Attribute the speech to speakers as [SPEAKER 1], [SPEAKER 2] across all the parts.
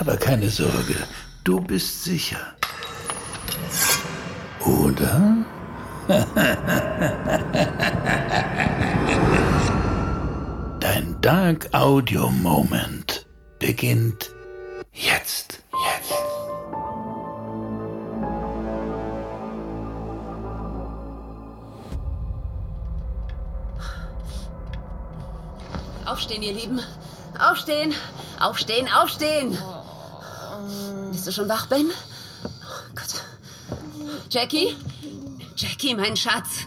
[SPEAKER 1] Aber keine Sorge, du bist sicher. Oder? Dein Dark Audio Moment beginnt jetzt. Jetzt.
[SPEAKER 2] Aufstehen, ihr Lieben. Aufstehen. Aufstehen, aufstehen. Bist du schon wach, Ben? Oh Gott. Jackie? Jackie, mein Schatz.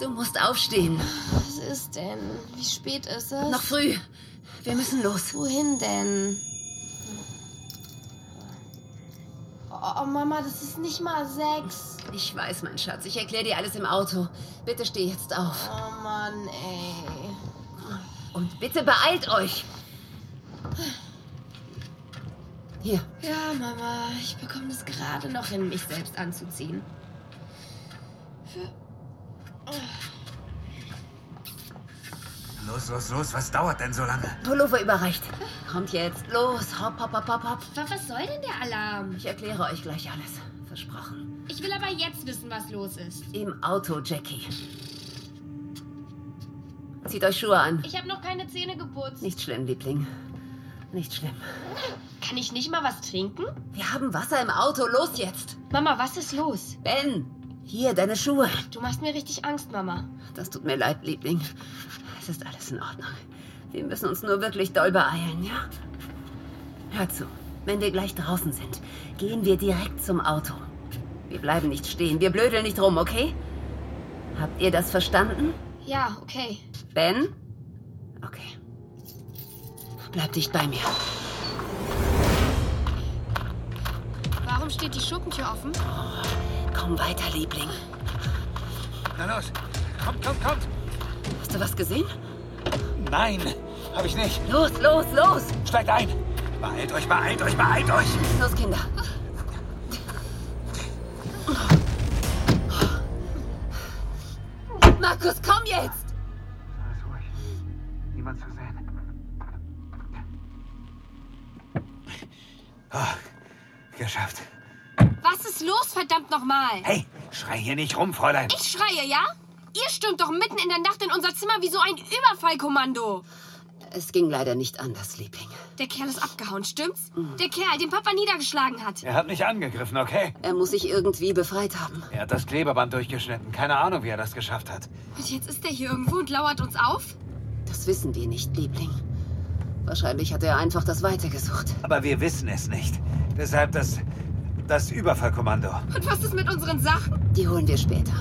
[SPEAKER 2] Du musst aufstehen.
[SPEAKER 3] Was ist denn? Wie spät ist es?
[SPEAKER 2] Noch früh. Wir müssen los.
[SPEAKER 3] Wohin denn? Oh, Mama, das ist nicht mal sechs.
[SPEAKER 2] Ich weiß, mein Schatz. Ich erkläre dir alles im Auto. Bitte steh jetzt auf.
[SPEAKER 3] Oh Mann, ey.
[SPEAKER 2] Und bitte beeilt euch. Hier,
[SPEAKER 3] Ja, Mama, ich bekomme das gerade noch hin, mich selbst anzuziehen.
[SPEAKER 4] Los, los, los, was dauert denn so lange?
[SPEAKER 2] Pullover überreicht. Kommt jetzt. Los, hopp, hopp, hopp, hopp, hopp.
[SPEAKER 5] Wa- Was soll denn der Alarm?
[SPEAKER 2] Ich erkläre euch gleich alles. Versprochen.
[SPEAKER 5] Ich will aber jetzt wissen, was los ist.
[SPEAKER 2] Im Auto, Jackie. Zieht euch Schuhe an.
[SPEAKER 5] Ich habe noch keine Zähne geputzt.
[SPEAKER 2] Nicht schlimm, Liebling. Nicht schlimm.
[SPEAKER 5] Kann ich nicht mal was trinken?
[SPEAKER 2] Wir haben Wasser im Auto. Los jetzt.
[SPEAKER 5] Mama, was ist los?
[SPEAKER 2] Ben, hier deine Schuhe.
[SPEAKER 5] Du machst mir richtig Angst, Mama.
[SPEAKER 2] Das tut mir leid, Liebling. Es ist alles in Ordnung. Wir müssen uns nur wirklich doll beeilen, ja? Hör zu, wenn wir gleich draußen sind, gehen wir direkt zum Auto. Wir bleiben nicht stehen, wir blödeln nicht rum, okay? Habt ihr das verstanden?
[SPEAKER 5] Ja, okay.
[SPEAKER 2] Ben? Okay. Bleib dicht bei mir.
[SPEAKER 5] Warum steht die Schuppentür offen?
[SPEAKER 2] Komm weiter, Liebling.
[SPEAKER 4] Na los, kommt, kommt, kommt!
[SPEAKER 2] Hast du was gesehen?
[SPEAKER 4] Nein, hab ich nicht.
[SPEAKER 2] Los, los, los!
[SPEAKER 4] Steigt ein! Beeilt euch, beeilt euch, beeilt euch!
[SPEAKER 2] Los, Kinder. Markus, komm jetzt!
[SPEAKER 4] Alles ruhig. Niemand zu sehen. geschafft.
[SPEAKER 5] Was ist los, verdammt nochmal?
[SPEAKER 4] Hey, schrei hier nicht rum, Fräulein.
[SPEAKER 5] Ich schreie, ja? Ihr stürmt doch mitten in der Nacht in unser Zimmer wie so ein Überfallkommando.
[SPEAKER 2] Es ging leider nicht anders, Liebling.
[SPEAKER 5] Der Kerl ist abgehauen, stimmt's? Der Kerl, den Papa niedergeschlagen hat.
[SPEAKER 4] Er hat mich angegriffen, okay?
[SPEAKER 2] Er muss sich irgendwie befreit haben.
[SPEAKER 4] Er hat das Klebeband durchgeschnitten. Keine Ahnung, wie er das geschafft hat.
[SPEAKER 5] Und jetzt ist er hier irgendwo und lauert uns auf?
[SPEAKER 2] Das wissen wir nicht, Liebling. Wahrscheinlich hat er einfach das Weite gesucht.
[SPEAKER 4] Aber wir wissen es nicht. Deshalb das. das Überfallkommando.
[SPEAKER 5] Und was ist mit unseren Sachen?
[SPEAKER 2] Die holen wir später.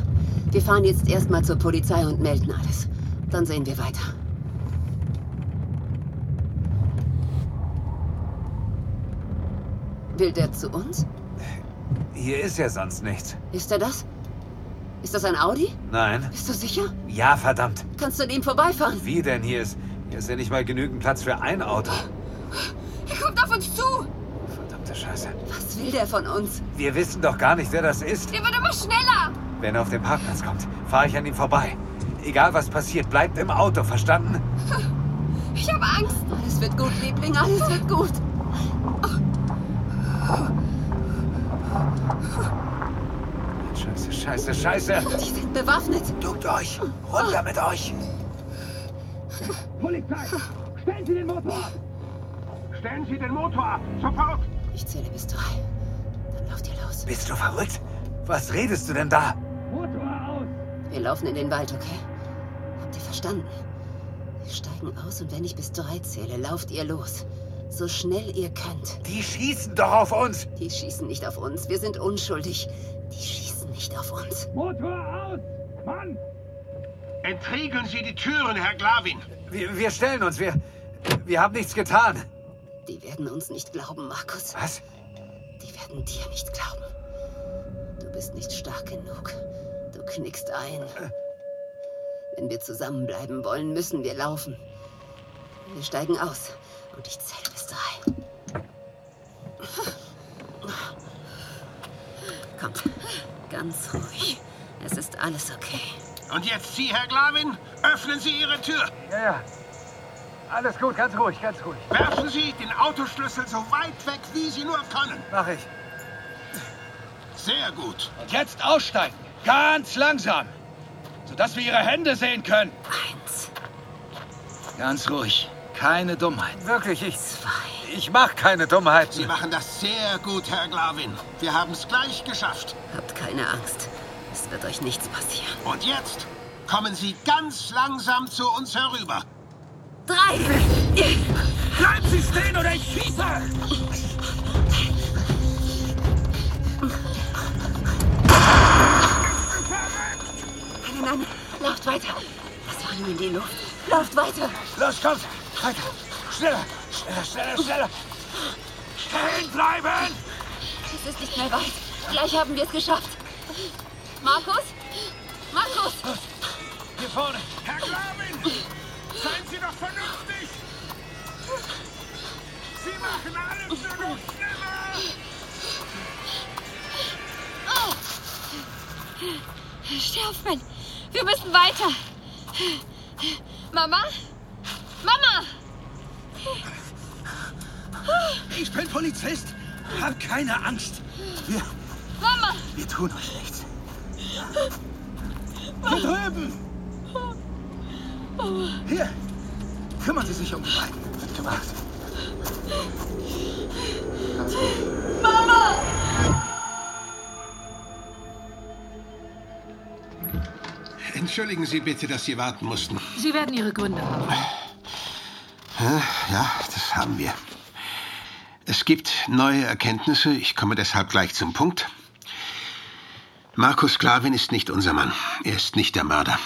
[SPEAKER 2] Wir fahren jetzt erstmal zur Polizei und melden alles. Dann sehen wir weiter. Will der zu uns?
[SPEAKER 4] Hier ist ja sonst nichts.
[SPEAKER 2] Ist er das? Ist das ein Audi?
[SPEAKER 4] Nein.
[SPEAKER 2] Bist du sicher?
[SPEAKER 4] Ja, verdammt.
[SPEAKER 2] Kannst du an ihm vorbeifahren?
[SPEAKER 4] Wie denn? Hier ist, hier ist ja nicht mal genügend Platz für ein Auto.
[SPEAKER 5] Er kommt auf uns zu!
[SPEAKER 4] Verdammte Scheiße.
[SPEAKER 2] Was will der von uns?
[SPEAKER 4] Wir wissen doch gar nicht, wer das ist.
[SPEAKER 5] Der wird immer schneller!
[SPEAKER 4] Wenn er auf den Parkplatz kommt, fahre ich an ihm vorbei. Egal was passiert, bleibt im Auto, verstanden?
[SPEAKER 5] Ich habe Angst!
[SPEAKER 2] Alles wird gut, Liebling, alles wird gut.
[SPEAKER 4] Scheiße, scheiße, scheiße.
[SPEAKER 2] Die sind bewaffnet.
[SPEAKER 4] Duckt euch. Runter mit euch. Polizei, stellen Sie den Motor ab. Stellen Sie den Motor ab, sofort.
[SPEAKER 2] Ich zähle bis drei. Dann lauft ihr los.
[SPEAKER 4] Bist du verrückt? Was redest du denn da?
[SPEAKER 2] Wir laufen in den Wald, okay? Habt ihr verstanden? Wir steigen aus und wenn ich bis drei zähle, lauft ihr los. So schnell ihr könnt.
[SPEAKER 4] Die schießen doch auf uns.
[SPEAKER 2] Die schießen nicht auf uns. Wir sind unschuldig. Die schießen nicht auf uns.
[SPEAKER 6] Entriegeln Sie die Türen, Herr Glavin.
[SPEAKER 4] Wir, wir stellen uns, wir, wir haben nichts getan.
[SPEAKER 2] Die werden uns nicht glauben, Markus.
[SPEAKER 7] Was?
[SPEAKER 2] Die werden dir nicht glauben. Du bist nicht stark genug. Du knickst ein. Wenn wir zusammenbleiben wollen, müssen wir laufen. Wir steigen aus und ich zähle bis drei. Kommt, ganz ruhig. Es ist alles okay.
[SPEAKER 6] Und jetzt Sie, Herr Glavin, öffnen Sie Ihre Tür.
[SPEAKER 7] Ja, ja. Alles gut, ganz ruhig, ganz ruhig.
[SPEAKER 6] Werfen Sie den Autoschlüssel so weit weg, wie Sie nur können.
[SPEAKER 7] Mach ich.
[SPEAKER 6] Sehr gut.
[SPEAKER 4] Und jetzt aussteigen. Ganz langsam. Sodass wir ihre Hände sehen können.
[SPEAKER 2] Eins,
[SPEAKER 4] Ganz ruhig. Keine Dummheit.
[SPEAKER 7] Wirklich, ich.
[SPEAKER 2] zwei.
[SPEAKER 7] Ich mach keine
[SPEAKER 6] Sie
[SPEAKER 7] Dummheiten.
[SPEAKER 6] machen das sehr gut, Herr Glavin. Wir haben es gleich geschafft.
[SPEAKER 2] Habt keine Angst. Es wird euch nichts passieren.
[SPEAKER 6] Und jetzt kommen Sie ganz langsam zu uns herüber.
[SPEAKER 2] Drei.
[SPEAKER 4] Bleiben Sie stehen oder ich schieße!
[SPEAKER 2] Nein, nein, nein. Lauft weiter. Das war nur in die Luft. Lauft weiter.
[SPEAKER 7] Los, kommt! Weiter! Schneller! Schneller, schneller, schneller! Stehen bleiben!
[SPEAKER 5] Es ist nicht mehr weit. Gleich haben wir es geschafft. Markus? Markus!
[SPEAKER 7] Hier vorne!
[SPEAKER 6] Herr Glavin, seien Sie doch vernünftig. Sie machen alles nur noch schlimmer.
[SPEAKER 5] Steh auf, Ben. Wir müssen weiter. Mama? Mama!
[SPEAKER 4] Ich bin Polizist. Hab keine Angst.
[SPEAKER 5] Mama!
[SPEAKER 4] Wir tun euch nichts. Hier drüben! Hier! Kümmern Sie sich um die beiden. Wird gemacht.
[SPEAKER 6] Entschuldigen Sie bitte, dass Sie warten mussten.
[SPEAKER 8] Sie werden Ihre Gründe haben.
[SPEAKER 6] Ja, das haben wir. Es gibt neue Erkenntnisse. Ich komme deshalb gleich zum Punkt. Markus Glavin ist nicht unser Mann. Er ist nicht der Mörder.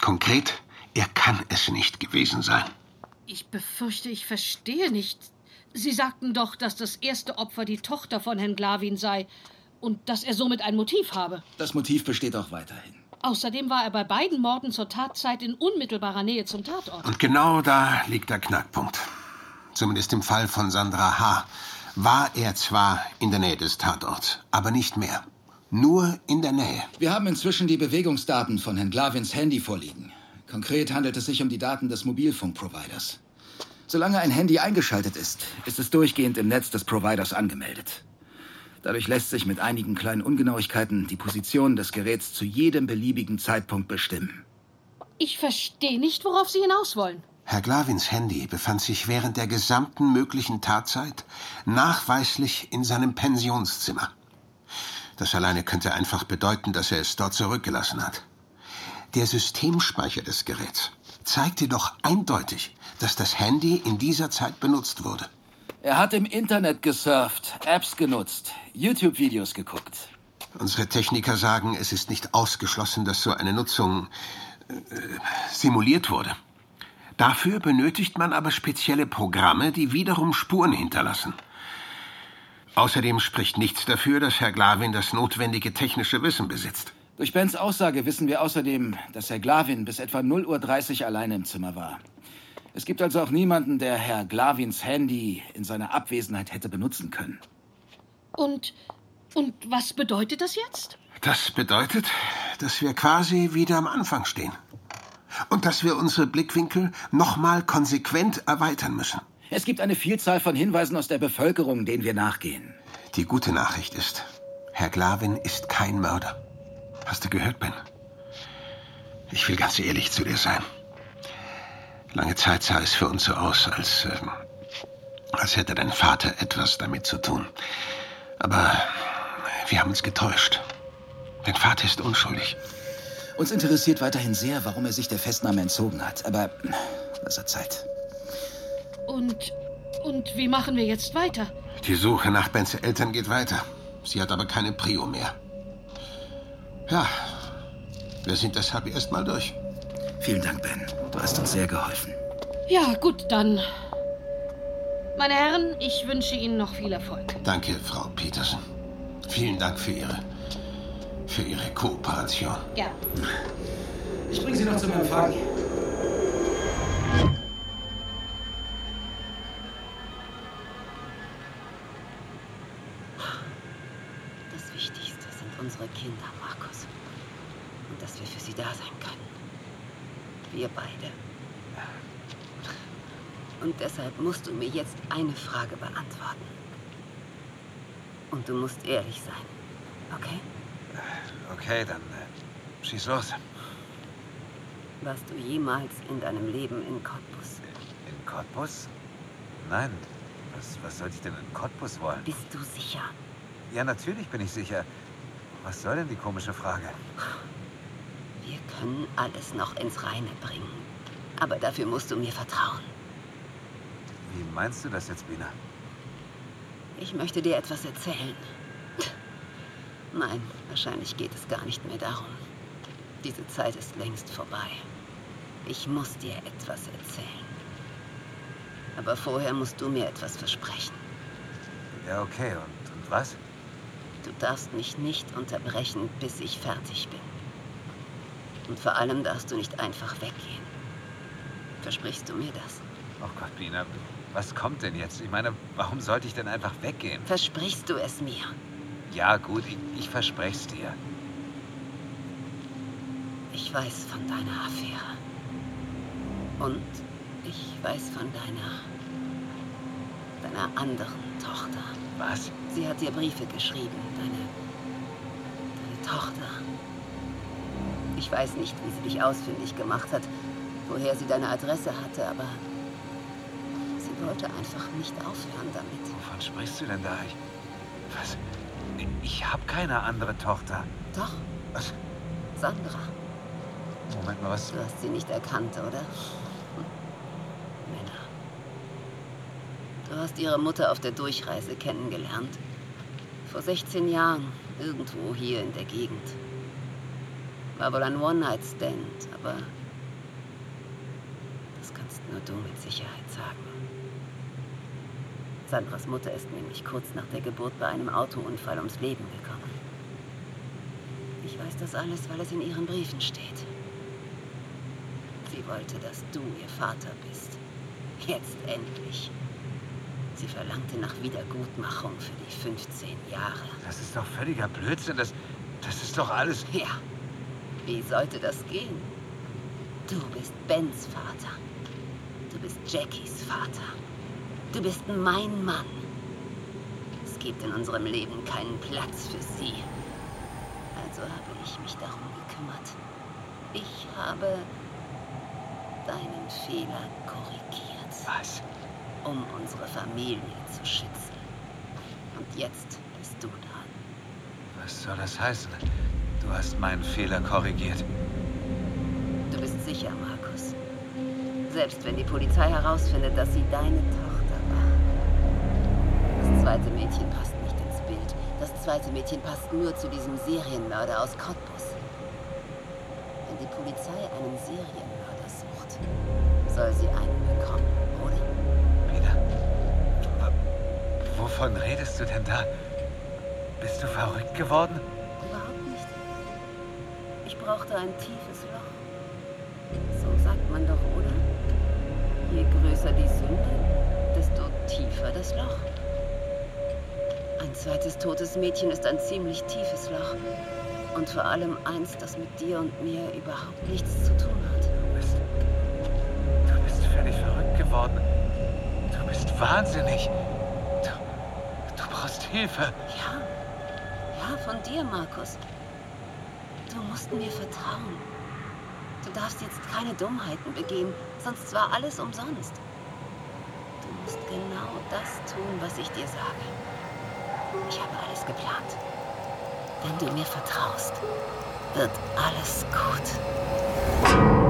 [SPEAKER 6] Konkret, er kann es nicht gewesen sein.
[SPEAKER 8] Ich befürchte, ich verstehe nicht. Sie sagten doch, dass das erste Opfer die Tochter von Herrn Glavin sei und dass er somit ein Motiv habe.
[SPEAKER 4] Das Motiv besteht auch weiterhin.
[SPEAKER 8] Außerdem war er bei beiden Morden zur Tatzeit in unmittelbarer Nähe zum Tatort.
[SPEAKER 6] Und genau da liegt der Knackpunkt. Zumindest im Fall von Sandra H. war er zwar in der Nähe des Tatorts, aber nicht mehr. Nur in der Nähe.
[SPEAKER 4] Wir haben inzwischen die Bewegungsdaten von Herrn Glavins Handy vorliegen. Konkret handelt es sich um die Daten des Mobilfunkproviders. Solange ein Handy eingeschaltet ist, ist es durchgehend im Netz des Providers angemeldet. Dadurch lässt sich mit einigen kleinen Ungenauigkeiten die Position des Geräts zu jedem beliebigen Zeitpunkt bestimmen.
[SPEAKER 8] Ich verstehe nicht, worauf Sie hinaus wollen.
[SPEAKER 6] Herr Glavins Handy befand sich während der gesamten möglichen Tatzeit nachweislich in seinem Pensionszimmer. Das alleine könnte einfach bedeuten, dass er es dort zurückgelassen hat. Der Systemspeicher des Geräts zeigte doch eindeutig, dass das Handy in dieser Zeit benutzt wurde.
[SPEAKER 4] Er hat im Internet gesurft, Apps genutzt, YouTube-Videos geguckt.
[SPEAKER 6] Unsere Techniker sagen, es ist nicht ausgeschlossen, dass so eine Nutzung äh, simuliert wurde. Dafür benötigt man aber spezielle Programme, die wiederum Spuren hinterlassen. Außerdem spricht nichts dafür, dass Herr Glavin das notwendige technische Wissen besitzt.
[SPEAKER 4] Durch Bens Aussage wissen wir außerdem, dass Herr Glavin bis etwa 0.30 Uhr alleine im Zimmer war. Es gibt also auch niemanden, der Herr Glavins Handy in seiner Abwesenheit hätte benutzen können.
[SPEAKER 8] Und. Und was bedeutet das jetzt?
[SPEAKER 6] Das bedeutet, dass wir quasi wieder am Anfang stehen. Und dass wir unsere Blickwinkel nochmal konsequent erweitern müssen.
[SPEAKER 4] Es gibt eine Vielzahl von Hinweisen aus der Bevölkerung, denen wir nachgehen.
[SPEAKER 6] Die gute Nachricht ist, Herr Glavin ist kein Mörder. Hast du gehört, Ben? Ich will ganz ehrlich zu dir sein. Lange Zeit sah es für uns so aus, als, ähm, als hätte dein Vater etwas damit zu tun. Aber wir haben uns getäuscht. Dein Vater ist unschuldig.
[SPEAKER 4] Uns interessiert weiterhin sehr, warum er sich der Festnahme entzogen hat. Aber das hat Zeit.
[SPEAKER 8] Und. Und wie machen wir jetzt weiter?
[SPEAKER 6] Die Suche nach Bens Eltern geht weiter. Sie hat aber keine Prio mehr. Ja, wir sind deshalb erstmal durch.
[SPEAKER 4] Vielen Dank, Ben. Du hast uns sehr geholfen.
[SPEAKER 8] Ja, gut, dann. Meine Herren, ich wünsche Ihnen noch viel Erfolg.
[SPEAKER 6] Danke, Frau Petersen. Vielen Dank für Ihre, für Ihre Kooperation.
[SPEAKER 8] Ja.
[SPEAKER 9] Ich bringe Sie noch zum Empfang.
[SPEAKER 2] Das Wichtigste sind unsere Kinder, Markus. Und dass wir für sie da sein können. Wir beide. Und deshalb musst du mir jetzt eine Frage beantworten. Und du musst ehrlich sein. Okay?
[SPEAKER 4] Okay, dann äh, schieß los.
[SPEAKER 2] Warst du jemals in deinem Leben in Cottbus?
[SPEAKER 4] In Cottbus? Nein. Was, was sollte ich denn in Cottbus wollen?
[SPEAKER 2] Bist du sicher?
[SPEAKER 4] Ja, natürlich bin ich sicher. Was soll denn die komische Frage?
[SPEAKER 2] Wir können alles noch ins Reine bringen. Aber dafür musst du mir vertrauen.
[SPEAKER 4] Wie meinst du das jetzt, Bina?
[SPEAKER 2] Ich möchte dir etwas erzählen. Nein, wahrscheinlich geht es gar nicht mehr darum. Diese Zeit ist längst vorbei. Ich muss dir etwas erzählen. Aber vorher musst du mir etwas versprechen.
[SPEAKER 4] Ja, okay. Und, und was?
[SPEAKER 2] Du darfst mich nicht unterbrechen, bis ich fertig bin. Und vor allem darfst du nicht einfach weggehen. Versprichst du mir das?
[SPEAKER 4] Oh Gott, Bina, was kommt denn jetzt? Ich meine, warum sollte ich denn einfach weggehen?
[SPEAKER 2] Versprichst du es mir?
[SPEAKER 4] Ja, gut, ich, ich versprech's dir.
[SPEAKER 2] Ich weiß von deiner Affäre. Und ich weiß von deiner. deiner anderen Tochter.
[SPEAKER 4] Was?
[SPEAKER 2] Sie hat dir Briefe geschrieben, deine. deine Tochter. Ich weiß nicht, wie sie dich ausfindig gemacht hat, woher sie deine Adresse hatte, aber. sie wollte einfach nicht aufhören damit.
[SPEAKER 4] Wovon sprichst du denn da? Ich, was? Ich habe keine andere Tochter.
[SPEAKER 2] Doch,
[SPEAKER 4] Was?
[SPEAKER 2] Sandra.
[SPEAKER 4] Moment mal, was?
[SPEAKER 2] Du hast sie nicht erkannt, oder? Hm. Männer. Du hast ihre Mutter auf der Durchreise kennengelernt. Vor 16 Jahren, irgendwo hier in der Gegend. War wohl ein One-Night-Stand, aber das kannst nur du mit Sicherheit sagen. Sandras Mutter ist nämlich kurz nach der Geburt bei einem Autounfall ums Leben gekommen. Ich weiß das alles, weil es in ihren Briefen steht. Sie wollte, dass du ihr Vater bist. Jetzt endlich. Sie verlangte nach Wiedergutmachung für die 15 Jahre.
[SPEAKER 4] Das ist doch völliger Blödsinn. Das, das ist doch alles.
[SPEAKER 2] Ja, wie sollte das gehen? Du bist Bens Vater. Du bist Jackies Vater. Du bist mein Mann. Es gibt in unserem Leben keinen Platz für sie. Also habe ich mich darum gekümmert. Ich habe deinen Fehler korrigiert,
[SPEAKER 4] Was?
[SPEAKER 2] um unsere Familie zu schützen. Und jetzt bist du dran.
[SPEAKER 4] Was soll das heißen? Du hast meinen Fehler korrigiert.
[SPEAKER 2] Du bist sicher, Markus. Selbst wenn die Polizei herausfindet, dass sie deine Tochter war. Das zweite Mädchen passt nicht ins Bild. Das zweite Mädchen passt nur zu diesem Serienmörder aus Cottbus. Wenn die Polizei einen Serienmörder sucht, soll sie einen bekommen, oder?
[SPEAKER 4] Bina, w- wovon redest du denn da? Bist du verrückt geworden?
[SPEAKER 2] Überhaupt nicht. Ich brauchte ein tiefes Loch. So sagt man doch, oder? Je größer die Sünde, desto tiefer das Loch. Ein zweites totes Mädchen ist ein ziemlich tiefes Loch. Und vor allem eins, das mit dir und mir überhaupt nichts zu tun hat.
[SPEAKER 4] Du bist, du bist völlig verrückt geworden. Du bist wahnsinnig. Du, du brauchst Hilfe.
[SPEAKER 2] Ja, ja, von dir, Markus. Du musst mir vertrauen. Du darfst jetzt keine Dummheiten begehen, sonst war alles umsonst. Du musst genau das tun, was ich dir sage. Ich habe alles geplant. Wenn du mir vertraust, wird alles gut.